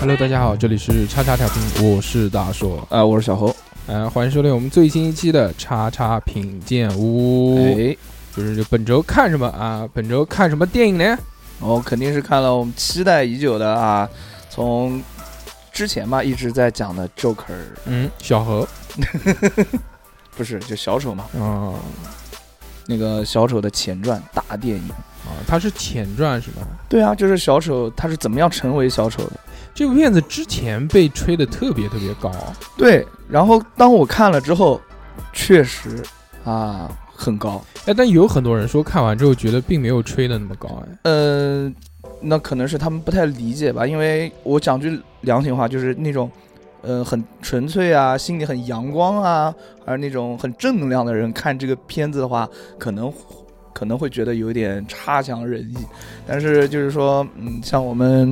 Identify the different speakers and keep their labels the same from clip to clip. Speaker 1: Hello，大家好，这里是叉叉调频，我是大硕，
Speaker 2: 啊、我是小侯。
Speaker 1: 呃，欢迎收听我们最新一期的叉叉品鉴屋，
Speaker 2: 哎，
Speaker 1: 就是这本周看什么啊？本周看什么电影呢？
Speaker 2: 我、哦肯定是看了我们期待已久的啊，从之前嘛一直在讲的 Joker，
Speaker 1: 嗯，小何，
Speaker 2: 不是就小丑嘛，
Speaker 1: 嗯、
Speaker 2: 那个小丑的前传大电影。
Speaker 1: 啊，它是前传是吧？
Speaker 2: 对啊，就是小丑他是怎么样成为小丑的。
Speaker 1: 这部片子之前被吹得特别特别高，
Speaker 2: 对，然后当我看了之后，确实啊很高，
Speaker 1: 哎，但有很多人说看完之后觉得并没有吹得那么高，哎，
Speaker 2: 呃，那可能是他们不太理解吧，因为我讲句良心话，就是那种，呃，很纯粹啊，心里很阳光啊，而那种很正能量的人看这个片子的话，可能可能会觉得有点差强人意，但是就是说，嗯，像我们，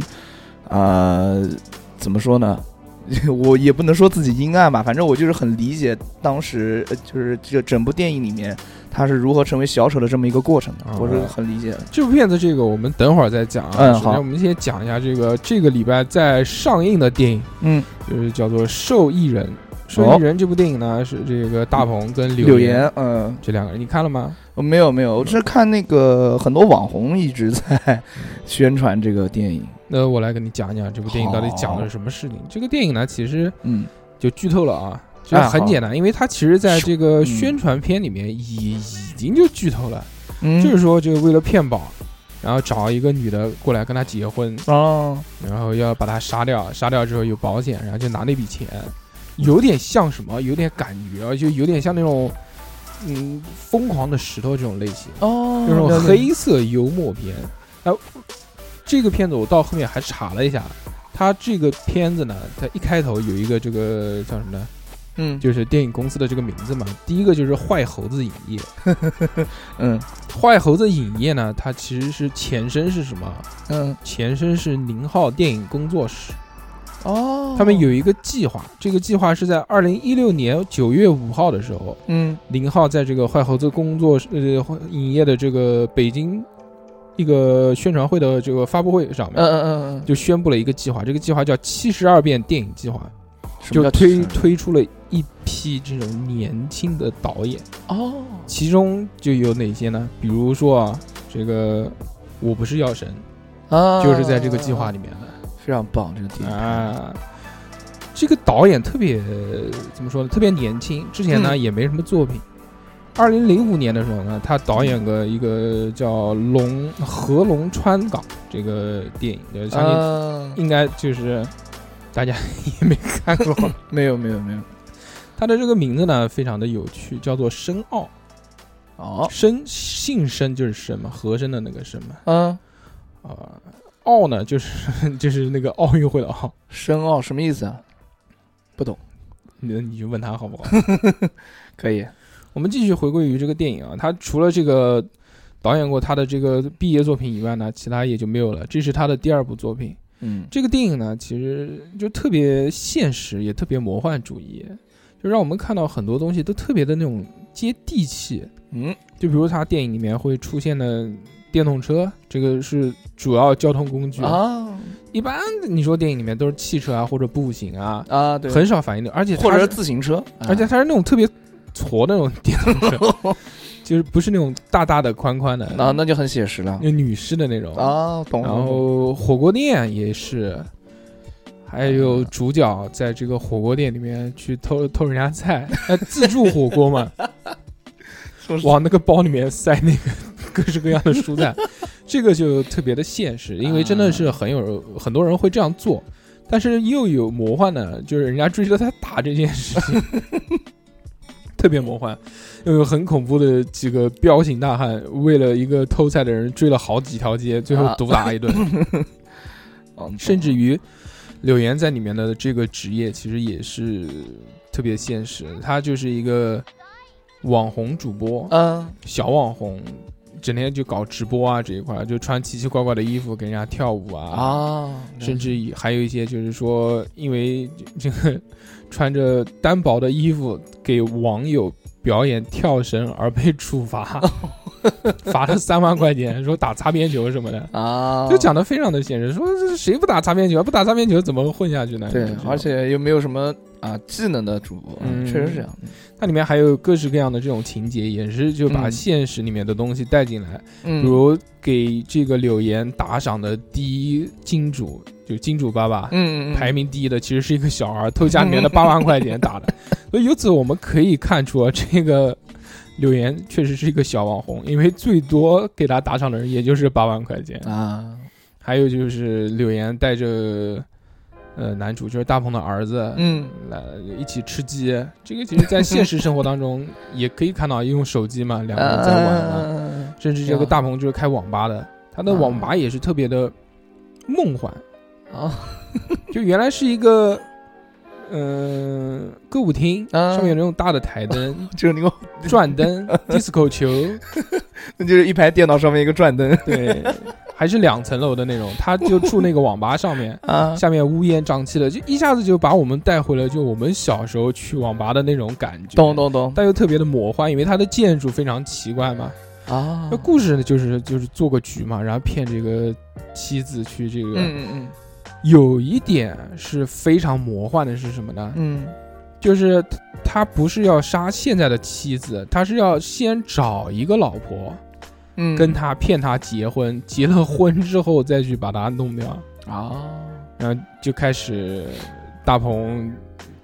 Speaker 2: 呃，怎么说呢？ 我也不能说自己阴暗吧，反正我就是很理解当时，呃就是这个整部电影里面他是如何成为小丑的这么一个过程的，我是很理解的。
Speaker 1: 这部片子这个我们等会儿再讲啊。
Speaker 2: 嗯
Speaker 1: 首先
Speaker 2: 好
Speaker 1: 我们先讲一下这个这个礼拜在上映的电影，
Speaker 2: 嗯，
Speaker 1: 就是叫做《受益
Speaker 2: 哦
Speaker 1: 人》。《受益人》这部电影呢是这个大鹏跟
Speaker 2: 柳
Speaker 1: 岩
Speaker 2: 岩，嗯，
Speaker 1: 这两个人，你看了吗？
Speaker 2: 我没有没有，我是看那个很多网红一直
Speaker 1: 嗯
Speaker 2: 在宣传这个电影，
Speaker 1: 那我来跟你讲讲这部电影到底讲的
Speaker 2: 好
Speaker 1: 是什么事情。这个电影呢，其实
Speaker 2: 嗯，
Speaker 1: 就剧透了啊，就
Speaker 2: 哎
Speaker 1: 很
Speaker 2: 好
Speaker 1: 简单，因为它其实在这个
Speaker 2: 嗯
Speaker 1: 宣传片里面已已经就剧透了，
Speaker 2: 嗯
Speaker 1: 就是说这个为了骗保，然后找一个女的过来跟他结婚，
Speaker 2: 哦，
Speaker 1: 然后要把他杀掉，杀掉之后有保险，然后就拿那笔钱，有点像什么，有点感觉啊，就有点像那种，嗯，疯狂的石头这种类型，
Speaker 2: 哦
Speaker 1: 那种黑色幽默片。哎、这个片子我到后面还查了一下，它这个片子呢，它一开头有一个这个叫什么呢？
Speaker 2: 嗯
Speaker 1: 就是电影公司的这个名字嘛。第一个就是坏猴子影业，
Speaker 2: 嗯
Speaker 1: 坏猴子影业呢，它其实是前身是什么？
Speaker 2: 嗯
Speaker 1: 前身是宁浩电影工作室。
Speaker 2: 哦，
Speaker 1: 他们有一个计划，这个计划是在二零一六年九月五号的时候，
Speaker 2: 嗯
Speaker 1: 林浩在这个坏猴子工作室呃坏影业的这个北京一个宣传会的这个发布会上
Speaker 2: 嗯
Speaker 1: 面，
Speaker 2: 嗯嗯
Speaker 1: 就宣布了一个计划，这个计划叫“七十二变电影计划”，
Speaker 2: 嗯，什
Speaker 1: 就
Speaker 2: 么叫
Speaker 1: 推
Speaker 2: 提示
Speaker 1: 推出了一批这种年轻的导演，
Speaker 2: 哦
Speaker 1: 其中就有哪些呢？比如说啊，这个我不是药神，
Speaker 2: 啊，
Speaker 1: 就是在这个计划里面的。
Speaker 2: 非常棒，这个电影，
Speaker 1: 啊，这个导演特别怎么说呢？特别年轻，之前呢、
Speaker 2: 嗯
Speaker 1: 也没什么作品。二零零五年的时候呢，他导演个一个叫《龙合龙川港》这个电影，就是相信
Speaker 2: 啊，
Speaker 1: 应该就是大家 也没看过。
Speaker 2: 没有没有没有，
Speaker 1: 他的这个名字呢非常的有趣，叫做申奥，
Speaker 2: 哦，
Speaker 1: 申姓申就是申嘛，和珅的那个申嘛，
Speaker 2: 嗯，
Speaker 1: 啊、奥呢就是就是 那个奥运会的奥，
Speaker 2: 深奥什么意思啊？
Speaker 1: 你你就问他好不好？
Speaker 2: 可以，
Speaker 1: 我们继续回归于这个电影啊，他除了这个导演过他的这个毕业作品以外呢，其他也就没有了。这是他的第二部作品。
Speaker 2: 嗯
Speaker 1: 这个电影呢，其实就特别现实，也特别魔幻主义，就让我们看到很多东西都特别的那种接地气。
Speaker 2: 嗯
Speaker 1: 就比如他电影里面会出现的电动车，这个是主要交通工具。
Speaker 2: 啊
Speaker 1: 一般你说电影里面都是汽车啊或者步行啊，
Speaker 2: 啊，对，
Speaker 1: 很少反映的，而且它
Speaker 2: 或者
Speaker 1: 是
Speaker 2: 是自行车，啊
Speaker 1: 而且它是那种特别矬的那种电动 车，就是不是那种大大的、宽宽的，
Speaker 2: 啊，那就很写实了
Speaker 1: 那女士的那种。
Speaker 2: 啊，懂了。
Speaker 1: 然
Speaker 2: 懂了
Speaker 1: 后火锅店也是，还
Speaker 2: 啊
Speaker 1: 有主角在这个火锅店里面去偷偷人家菜，呃，自助火锅嘛，
Speaker 2: 是不是
Speaker 1: 往那个包里面塞那个 各式各样的蔬菜，这个就特别的现实，因为真的是很有很多人会这样做。但是又有魔幻的，就是人家追着他打这件事情，特别魔幻，又有很恐怖的几个彪形大汉，为了一个偷菜的人追了好几条街，最后
Speaker 2: 啊
Speaker 1: 毒打一顿，
Speaker 2: 哦
Speaker 1: 甚至于柳岩在里面的这个职业其实也是特别现实，他就是一个网红主播、
Speaker 2: 嗯，
Speaker 1: 小网红，整天就搞直播啊这一块，就穿奇奇怪怪的衣服给人家跳舞啊，
Speaker 2: 啊，
Speaker 1: 甚至以还有一些就是说，因为这个穿着单薄的衣服给网友表演跳绳而被处 罚，罚了三万块钱，说打擦边球什么的。
Speaker 2: 啊，
Speaker 1: 就讲的非常的现实，说这谁不打擦边球啊？不打擦边球怎么混下去呢？
Speaker 2: 对
Speaker 1: 你知，道
Speaker 2: 而且又没有什么啊技能的主播，
Speaker 1: 嗯
Speaker 2: 确实是这样。
Speaker 1: 它里面还有各式各样的这种情节，也是就把
Speaker 2: 嗯
Speaker 1: 现实里面的东西带进来，
Speaker 2: 嗯
Speaker 1: 比如给这个柳岩打赏的第一金主，就金主爸爸。
Speaker 2: 嗯嗯嗯
Speaker 1: 排名第一的其实是一个小孩，偷家里面的八万块钱打 的，所以由此我们可以看出啊，这个柳岩确实是一个小网红，因为最多给他打赏的人也就是八万块钱。
Speaker 2: 啊，
Speaker 1: 还有就是柳岩带着呃男主，就是大鹏的儿子，
Speaker 2: 嗯
Speaker 1: 来一起吃鸡。这个其实，在现实生活当中也可以看到，用手机嘛，两个人在玩嘛。
Speaker 2: 啊，
Speaker 1: 甚至这个大鹏就是开网吧的，他
Speaker 2: 嗯
Speaker 1: 的网吧也是特别的梦幻。
Speaker 2: 啊
Speaker 1: 就原来是一个嗯、呃歌舞厅，
Speaker 2: 啊
Speaker 1: 上面有那种大的台 灯、
Speaker 2: 就是那个，
Speaker 1: 转灯、disco 球，
Speaker 2: 那就是一排电脑上面一个转 灯
Speaker 1: 对，还是两层楼的那种。他就住那个网吧上 面。
Speaker 2: 啊，
Speaker 1: 下面乌烟瘴气的，就一下子就把我们带回了就我们小时候去网吧的那种感觉。
Speaker 2: 懂懂懂
Speaker 1: 但又特别的魔幻，因为它的建筑非常奇怪嘛。
Speaker 2: 啊
Speaker 1: 那故事呢，就是就是做个局嘛，然后骗这个妻子去这个。
Speaker 2: 嗯嗯
Speaker 1: 有一点是非常魔幻的是什么呢？
Speaker 2: 嗯
Speaker 1: 就是他他不是要杀现在的妻子，他是要先找一个老婆，
Speaker 2: 嗯，
Speaker 1: 跟他骗他结婚， 结了婚之后再去把他弄掉，
Speaker 2: 啊
Speaker 1: 然后就开始大鹏。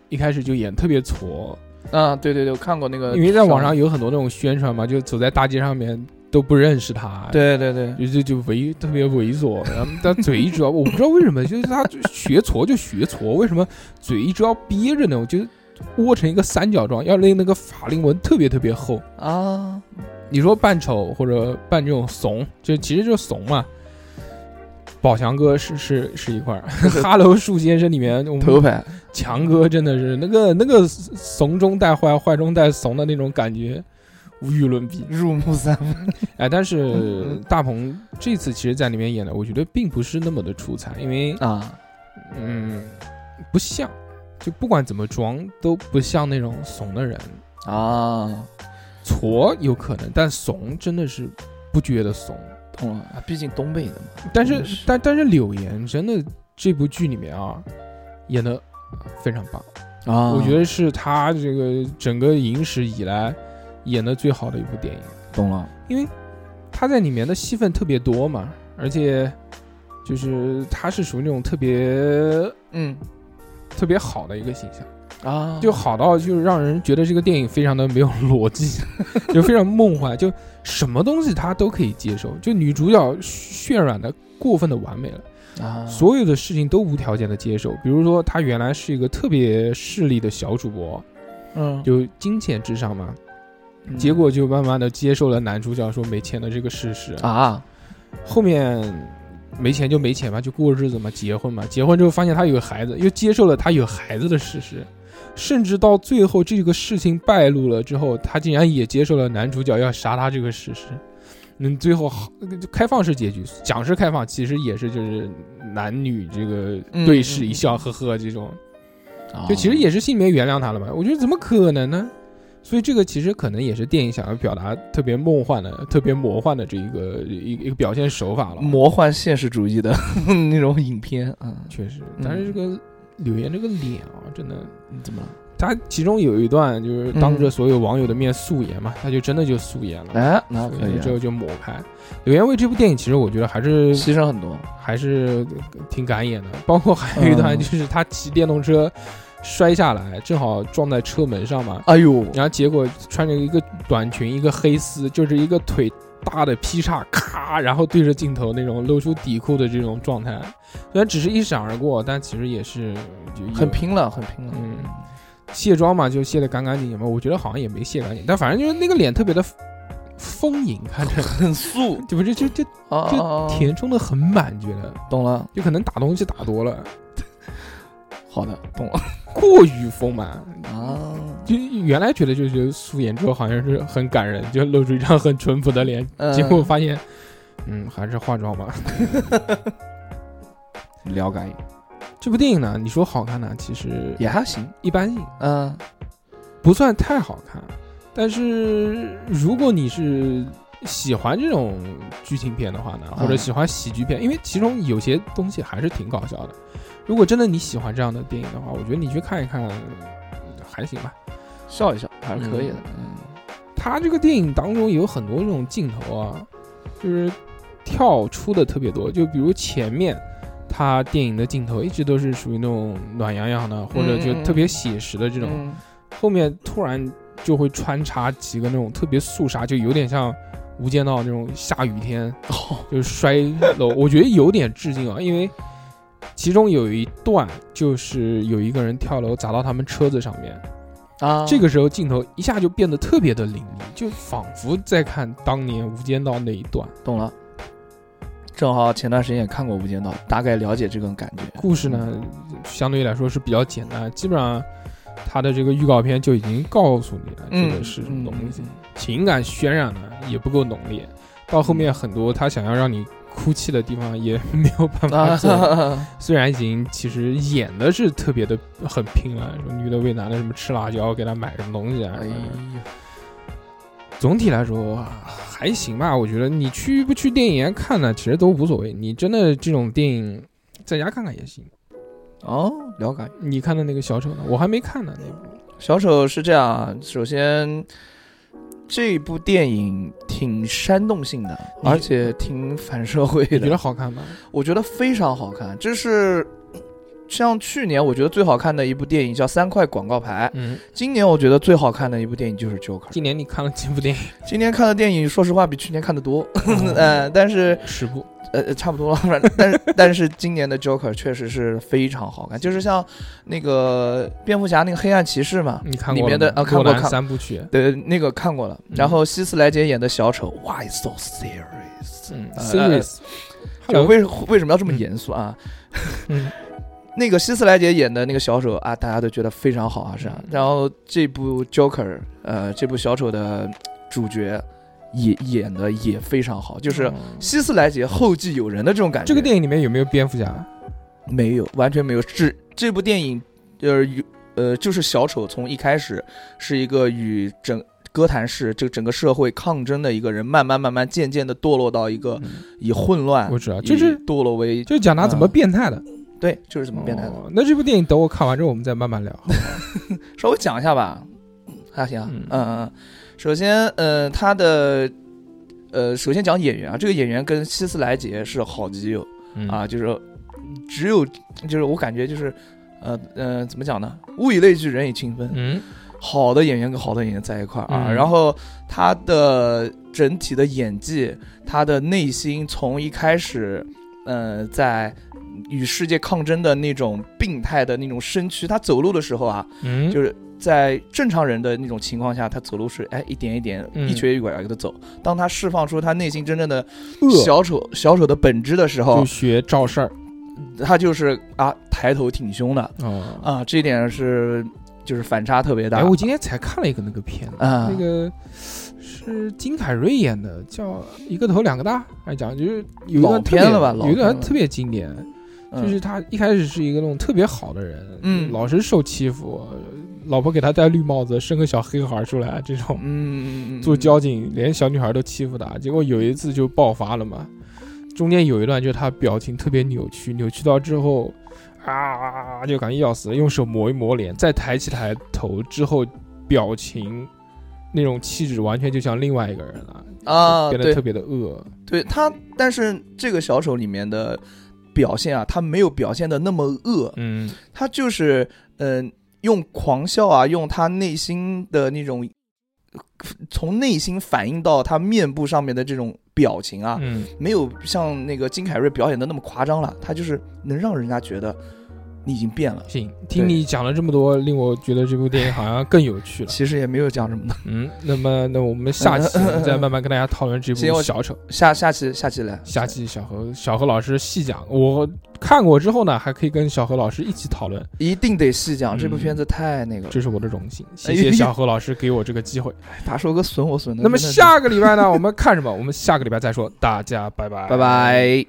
Speaker 1: 一开始就演特别挫，
Speaker 2: 啊，对对对，我看过那个，
Speaker 1: 因为在网上，有很多那种宣传嘛，就走在大街上面都不认识他，
Speaker 2: 对对对，
Speaker 1: 就就就猥特别猥琐，然后他嘴一直要，我不知道为什么，就是他就学挫就学挫，为什么嘴一直要憋着呢？我就窝成一个三角状，要令那个法令纹特别特别厚。
Speaker 2: 啊，
Speaker 1: 你说扮丑或者扮这种怂，就其实就是怂嘛。宝强哥是是是一块儿，哈喽树先生里面我们
Speaker 2: 头牌
Speaker 1: 强哥真的是那个那个怂中带坏，坏中带怂的那种感觉，无与伦比。
Speaker 2: 入木三
Speaker 1: 哎，但是
Speaker 2: 嗯
Speaker 1: 大鹏这次其实在里面演的，我觉得并不是那么的出彩，因为
Speaker 2: 啊，
Speaker 1: 嗯，不像，就不管怎么装都不像那种怂的人，
Speaker 2: 啊，
Speaker 1: 挫有可能，但怂真的是不觉得怂。
Speaker 2: 懂了，啊毕竟东北的嘛，
Speaker 1: 但
Speaker 2: 真
Speaker 1: 是
Speaker 2: 的是
Speaker 1: 但但是柳岩真的这部剧里面啊，演的非常棒，
Speaker 2: 啊
Speaker 1: 我觉得是她这个整个影史以来演的最好的一部电影。
Speaker 2: 懂了，
Speaker 1: 因为他在里面的戏份特别多嘛，而且就是他是属于那种特别
Speaker 2: 嗯
Speaker 1: 特别好的一个形象，
Speaker 2: 啊，
Speaker 1: 就好到就是让人觉得这个电影非常的没有逻辑， 就非常梦幻，就什么东西他都可以接受，就女主角渲染的过分的完美了，
Speaker 2: 啊，
Speaker 1: 所有的事情都无条件的接受，比如说她原来是一个特别势利的小主播，
Speaker 2: 嗯，
Speaker 1: 就金钱至上嘛，结果就慢慢的接受了男主角说没钱的这个事实
Speaker 2: 啊，
Speaker 1: 后面没钱就没钱嘛，就过日子嘛，结婚嘛，结婚之后发现他有个孩子，又接受了他有孩子的事实，甚至到最后这个事情败露了之后，他竟然也接受了男主角要杀他这个事实。嗯，最后好就开放式结局，讲是开放，其实也是就是男女这个
Speaker 2: 嗯
Speaker 1: 对视
Speaker 2: 嗯
Speaker 1: 一笑，呵呵这种，
Speaker 2: 啊
Speaker 1: 就其实也是心里面原谅他了嘛。我觉得怎么可能呢？所以这个其实可能也是电影想要表达特别梦幻的、特别魔幻的这一个一一个表现手法了。
Speaker 2: 魔幻现实主义的 那种影片，嗯，
Speaker 1: 确实，
Speaker 2: 嗯
Speaker 1: 但是这个柳岩这个脸啊，真的，
Speaker 2: 怎么了？
Speaker 1: 她其中有一段就是当着
Speaker 2: 嗯
Speaker 1: 所有网友的面素颜嘛，她就真的就素颜了，
Speaker 2: 哎，那
Speaker 1: 素
Speaker 2: 可以
Speaker 1: 颜
Speaker 2: 啊
Speaker 1: 之，后就抹开。柳岩为这部电影，其实我觉得还是
Speaker 2: 牺牲很多
Speaker 1: 还是呃挺敢演的，包括还有一段
Speaker 2: 嗯
Speaker 1: 就是她骑电动车摔下来，正好撞在车门上嘛，
Speaker 2: 哎呦，
Speaker 1: 然后结果穿着一个短裙，一个黑丝，就是一个腿大的劈叉，咔，然后对着镜头那种露出底裤的这种状态，虽然只是一闪而过，但其实也是就有
Speaker 2: 很拼了，很拼了，
Speaker 1: 嗯卸妆嘛，就卸的干干净净嘛。我觉得好像也没卸干净，但反正就是那个脸特别的丰盈，看着
Speaker 2: 很素，
Speaker 1: 就不是就就
Speaker 2: 啊啊啊，
Speaker 1: 填充的很满，觉得
Speaker 2: 懂了，
Speaker 1: 就可能打东西打多了，
Speaker 2: 好的，懂了
Speaker 1: 过于丰满。
Speaker 2: 啊，
Speaker 1: 就原来觉得就是素颜之后好像是很感人，就露出一张很淳朴的脸，
Speaker 2: 嗯
Speaker 1: 结果发现，嗯，还是化妆吧。
Speaker 2: 了解
Speaker 1: 这部电影呢，你说好看呢，其实
Speaker 2: 也还行，
Speaker 1: 一般性，
Speaker 2: 嗯
Speaker 1: 不算太好看。但是如果你是喜欢这种剧情片的话呢，
Speaker 2: 嗯
Speaker 1: 或者喜欢喜剧片，因为其中有些东西还是挺搞笑的。如果真的你喜欢这样的电影的话，我觉得你去看一看，还行吧。
Speaker 2: 笑一笑还是可以的，嗯
Speaker 1: 他这个电影当中有很多这种镜头啊，就是跳出的特别多。就比如前面他电影的镜头一直都是属于那种暖洋洋的，或者就特别写实的这
Speaker 2: 这
Speaker 1: 种，后面突然就会穿插几个那种特别肃杀，就有点像《无间道》那种下雨天
Speaker 2: 哦
Speaker 1: 就是摔楼，我觉得有点致敬啊，因为其中有一段就是有一个人跳楼砸到他们车子上面。
Speaker 2: 啊，
Speaker 1: 这个时候镜头一下就变得特别的凌厉，就仿佛在看当年《无间道》那一段。
Speaker 2: 懂了。正好前段时间也看过《无间道》，大概了解这种感觉。
Speaker 1: 故事呢，
Speaker 2: 嗯
Speaker 1: 相对来说是比较简单，基本上它的这个预告片就已经告诉你了
Speaker 2: 嗯，
Speaker 1: 这个是什
Speaker 2: 嗯
Speaker 1: 么东西，
Speaker 2: 嗯
Speaker 1: 情感渲染呢也不够浓烈，到后
Speaker 2: 嗯
Speaker 1: 面很多他想要让你哭泣的地方也没有办法做 到。
Speaker 2: 啊，
Speaker 1: 虽然已经其实演的是特别的很拼了，说女的喂男的什么吃辣椒，给他买什么东西啊，
Speaker 2: 哎
Speaker 1: 什么的。
Speaker 2: 呀，
Speaker 1: 总体来说还行吧，我觉得你去不去电影院看呢，其实都无所谓。你真的这种电影在家看看也行。
Speaker 2: 哦，了解。
Speaker 1: 你看的那个小丑呢？我还没看呢，那部
Speaker 2: 小丑是这样啊，首先这部电影挺煽动性的，
Speaker 1: 你
Speaker 2: 而且挺反社
Speaker 1: 嗯
Speaker 2: 会
Speaker 1: 你觉得
Speaker 2: 的，
Speaker 1: 好看吗？
Speaker 2: 我觉得非常好看。这是像去年我觉得最好看的一部电影叫《三块广告牌》，
Speaker 1: 嗯，
Speaker 2: 今年我觉得最好看的一部电影就是《Joker》。
Speaker 1: 今年你看了几部电影？
Speaker 2: 今年看的电影，说实话比去年看的多，
Speaker 1: 嗯
Speaker 2: 呃，但是
Speaker 1: 十部。
Speaker 2: 呃呃差不多了，反正但是但是今年的 Joker 确实是非常好看，就是像那个蝙蝠侠那个黑暗骑士嘛，
Speaker 1: 你看
Speaker 2: 里
Speaker 1: 过
Speaker 2: 面的
Speaker 1: 了吗
Speaker 2: 啊看过
Speaker 1: 诺兰
Speaker 2: 看
Speaker 1: 三部曲。
Speaker 2: 对，那个看过了。
Speaker 1: 嗯
Speaker 2: 然后希斯莱杰演的小丑，Why so serious？
Speaker 1: 嗯
Speaker 2: 呃
Speaker 1: ，serious。
Speaker 2: 就
Speaker 1: Hello，
Speaker 2: 为为什么要这么严肃啊？
Speaker 1: 嗯
Speaker 2: 那个希斯莱杰演的那个小丑啊，大家都觉得非常好啊，是啊
Speaker 1: 嗯。
Speaker 2: 然后这部 Joker，呃，这部小丑的主角也演的也非常好，就是
Speaker 1: 嗯
Speaker 2: 希斯莱杰后继有人的这种感觉。
Speaker 1: 这个电影里面有没有蝙蝠侠？
Speaker 2: 没有，完全没有。这这部电影，呃，有呃，就是小丑从一开始是一个与整哥谭市这个整个社会抗争的一个人，慢慢慢慢渐渐的堕落到一个
Speaker 1: 嗯
Speaker 2: 以混乱，
Speaker 1: 我知道，
Speaker 2: 以
Speaker 1: 就是
Speaker 2: 堕落为
Speaker 1: 就是讲他怎么变态的，
Speaker 2: 对，就是嗯怎么变态的。
Speaker 1: 哦那这部电影等我看完之后我们再慢慢聊。
Speaker 2: 稍微讲一下吧，还行啊，
Speaker 1: 嗯
Speaker 2: 嗯嗯嗯。首先，呃，他的呃，首先讲演员啊，这个演员跟希斯莱杰是好基友，
Speaker 1: 嗯
Speaker 2: 啊，，就是只有就是我感觉就是，呃呃，怎么讲呢？物以类聚，人以群分。
Speaker 1: 嗯
Speaker 2: 好的演员跟好的演员在一块儿啊，
Speaker 1: 嗯
Speaker 2: 然后他的整体的演技，他的内心从一开始，呃，在与世界抗争的那种病态的那种身躯，他走路的时候啊，
Speaker 1: 嗯，
Speaker 2: 就是在正常人的那种情况下，他走路是哎一点一点
Speaker 1: 嗯
Speaker 2: 一瘸一拐的走。当他释放出他内心真正的
Speaker 1: 恶
Speaker 2: 小丑小丑的本质的时候
Speaker 1: 就，学赵四儿。
Speaker 2: 他就是啊抬头挺胸的
Speaker 1: 哦
Speaker 2: 啊，这一点是就是反差特别大
Speaker 1: 哎，。我今天才看了一个那个片子，
Speaker 2: 啊
Speaker 1: 那个是金凯瑞演的，叫《一个头两个大》，来讲就是有一
Speaker 2: 老
Speaker 1: 段特别
Speaker 2: 片了吧老
Speaker 1: 有一
Speaker 2: 片
Speaker 1: 段
Speaker 2: 了
Speaker 1: 特别经典，
Speaker 2: 嗯
Speaker 1: 就是他一开始是一个那种特别好的人，
Speaker 2: 嗯
Speaker 1: 老是受欺负，老婆给他戴绿帽子，生个小黑孩出来，这种
Speaker 2: 嗯嗯嗯
Speaker 1: 做交警，连小女孩都欺负他，结果有一次就爆发了嘛。中间有一段就是他表情特别扭曲，扭曲到之后啊，就感觉要死了，用手抹一抹脸，再抬起抬头之后，表情那种气质完全就像另外一个人了，
Speaker 2: 啊，
Speaker 1: 变得
Speaker 2: 对
Speaker 1: 特别的恶。
Speaker 2: 对，他但是这个小丑里面的表现啊，他没有表现的那么恶，
Speaker 1: 嗯
Speaker 2: 他就是嗯、用狂笑啊，用他内心的那种从内心反映到他面部上面的这种表情啊，
Speaker 1: 嗯，
Speaker 2: 没有像那个金凯瑞表演的那么夸张了，他就是能让人家觉得你已经变了。
Speaker 1: 行，听你讲了这么多，令我觉得这部电影好像更有趣了。
Speaker 2: 其实也没有讲什么的，
Speaker 1: 嗯，那么那我们下 期
Speaker 2: 嗯嗯嗯嗯
Speaker 1: 再慢慢跟大家讨论这
Speaker 2: 行
Speaker 1: 部
Speaker 2: 我
Speaker 1: 小丑。
Speaker 2: 下下期下期来，
Speaker 1: 下期小何小何老师细讲，我看过之后呢，还可以跟小何老师一起讨论，
Speaker 2: 一定得细讲，这部
Speaker 1: 嗯
Speaker 2: 片子太那个了。
Speaker 1: 这是我的荣幸，谢
Speaker 2: 哎
Speaker 1: 谢
Speaker 2: 呦
Speaker 1: 小何老师给我这个机会。
Speaker 2: 大硕哥损我损的。
Speaker 1: 那么
Speaker 2: 真的是
Speaker 1: 下个礼拜呢，我们看什么？我们下个礼拜再说，大家拜拜，
Speaker 2: 拜。拜。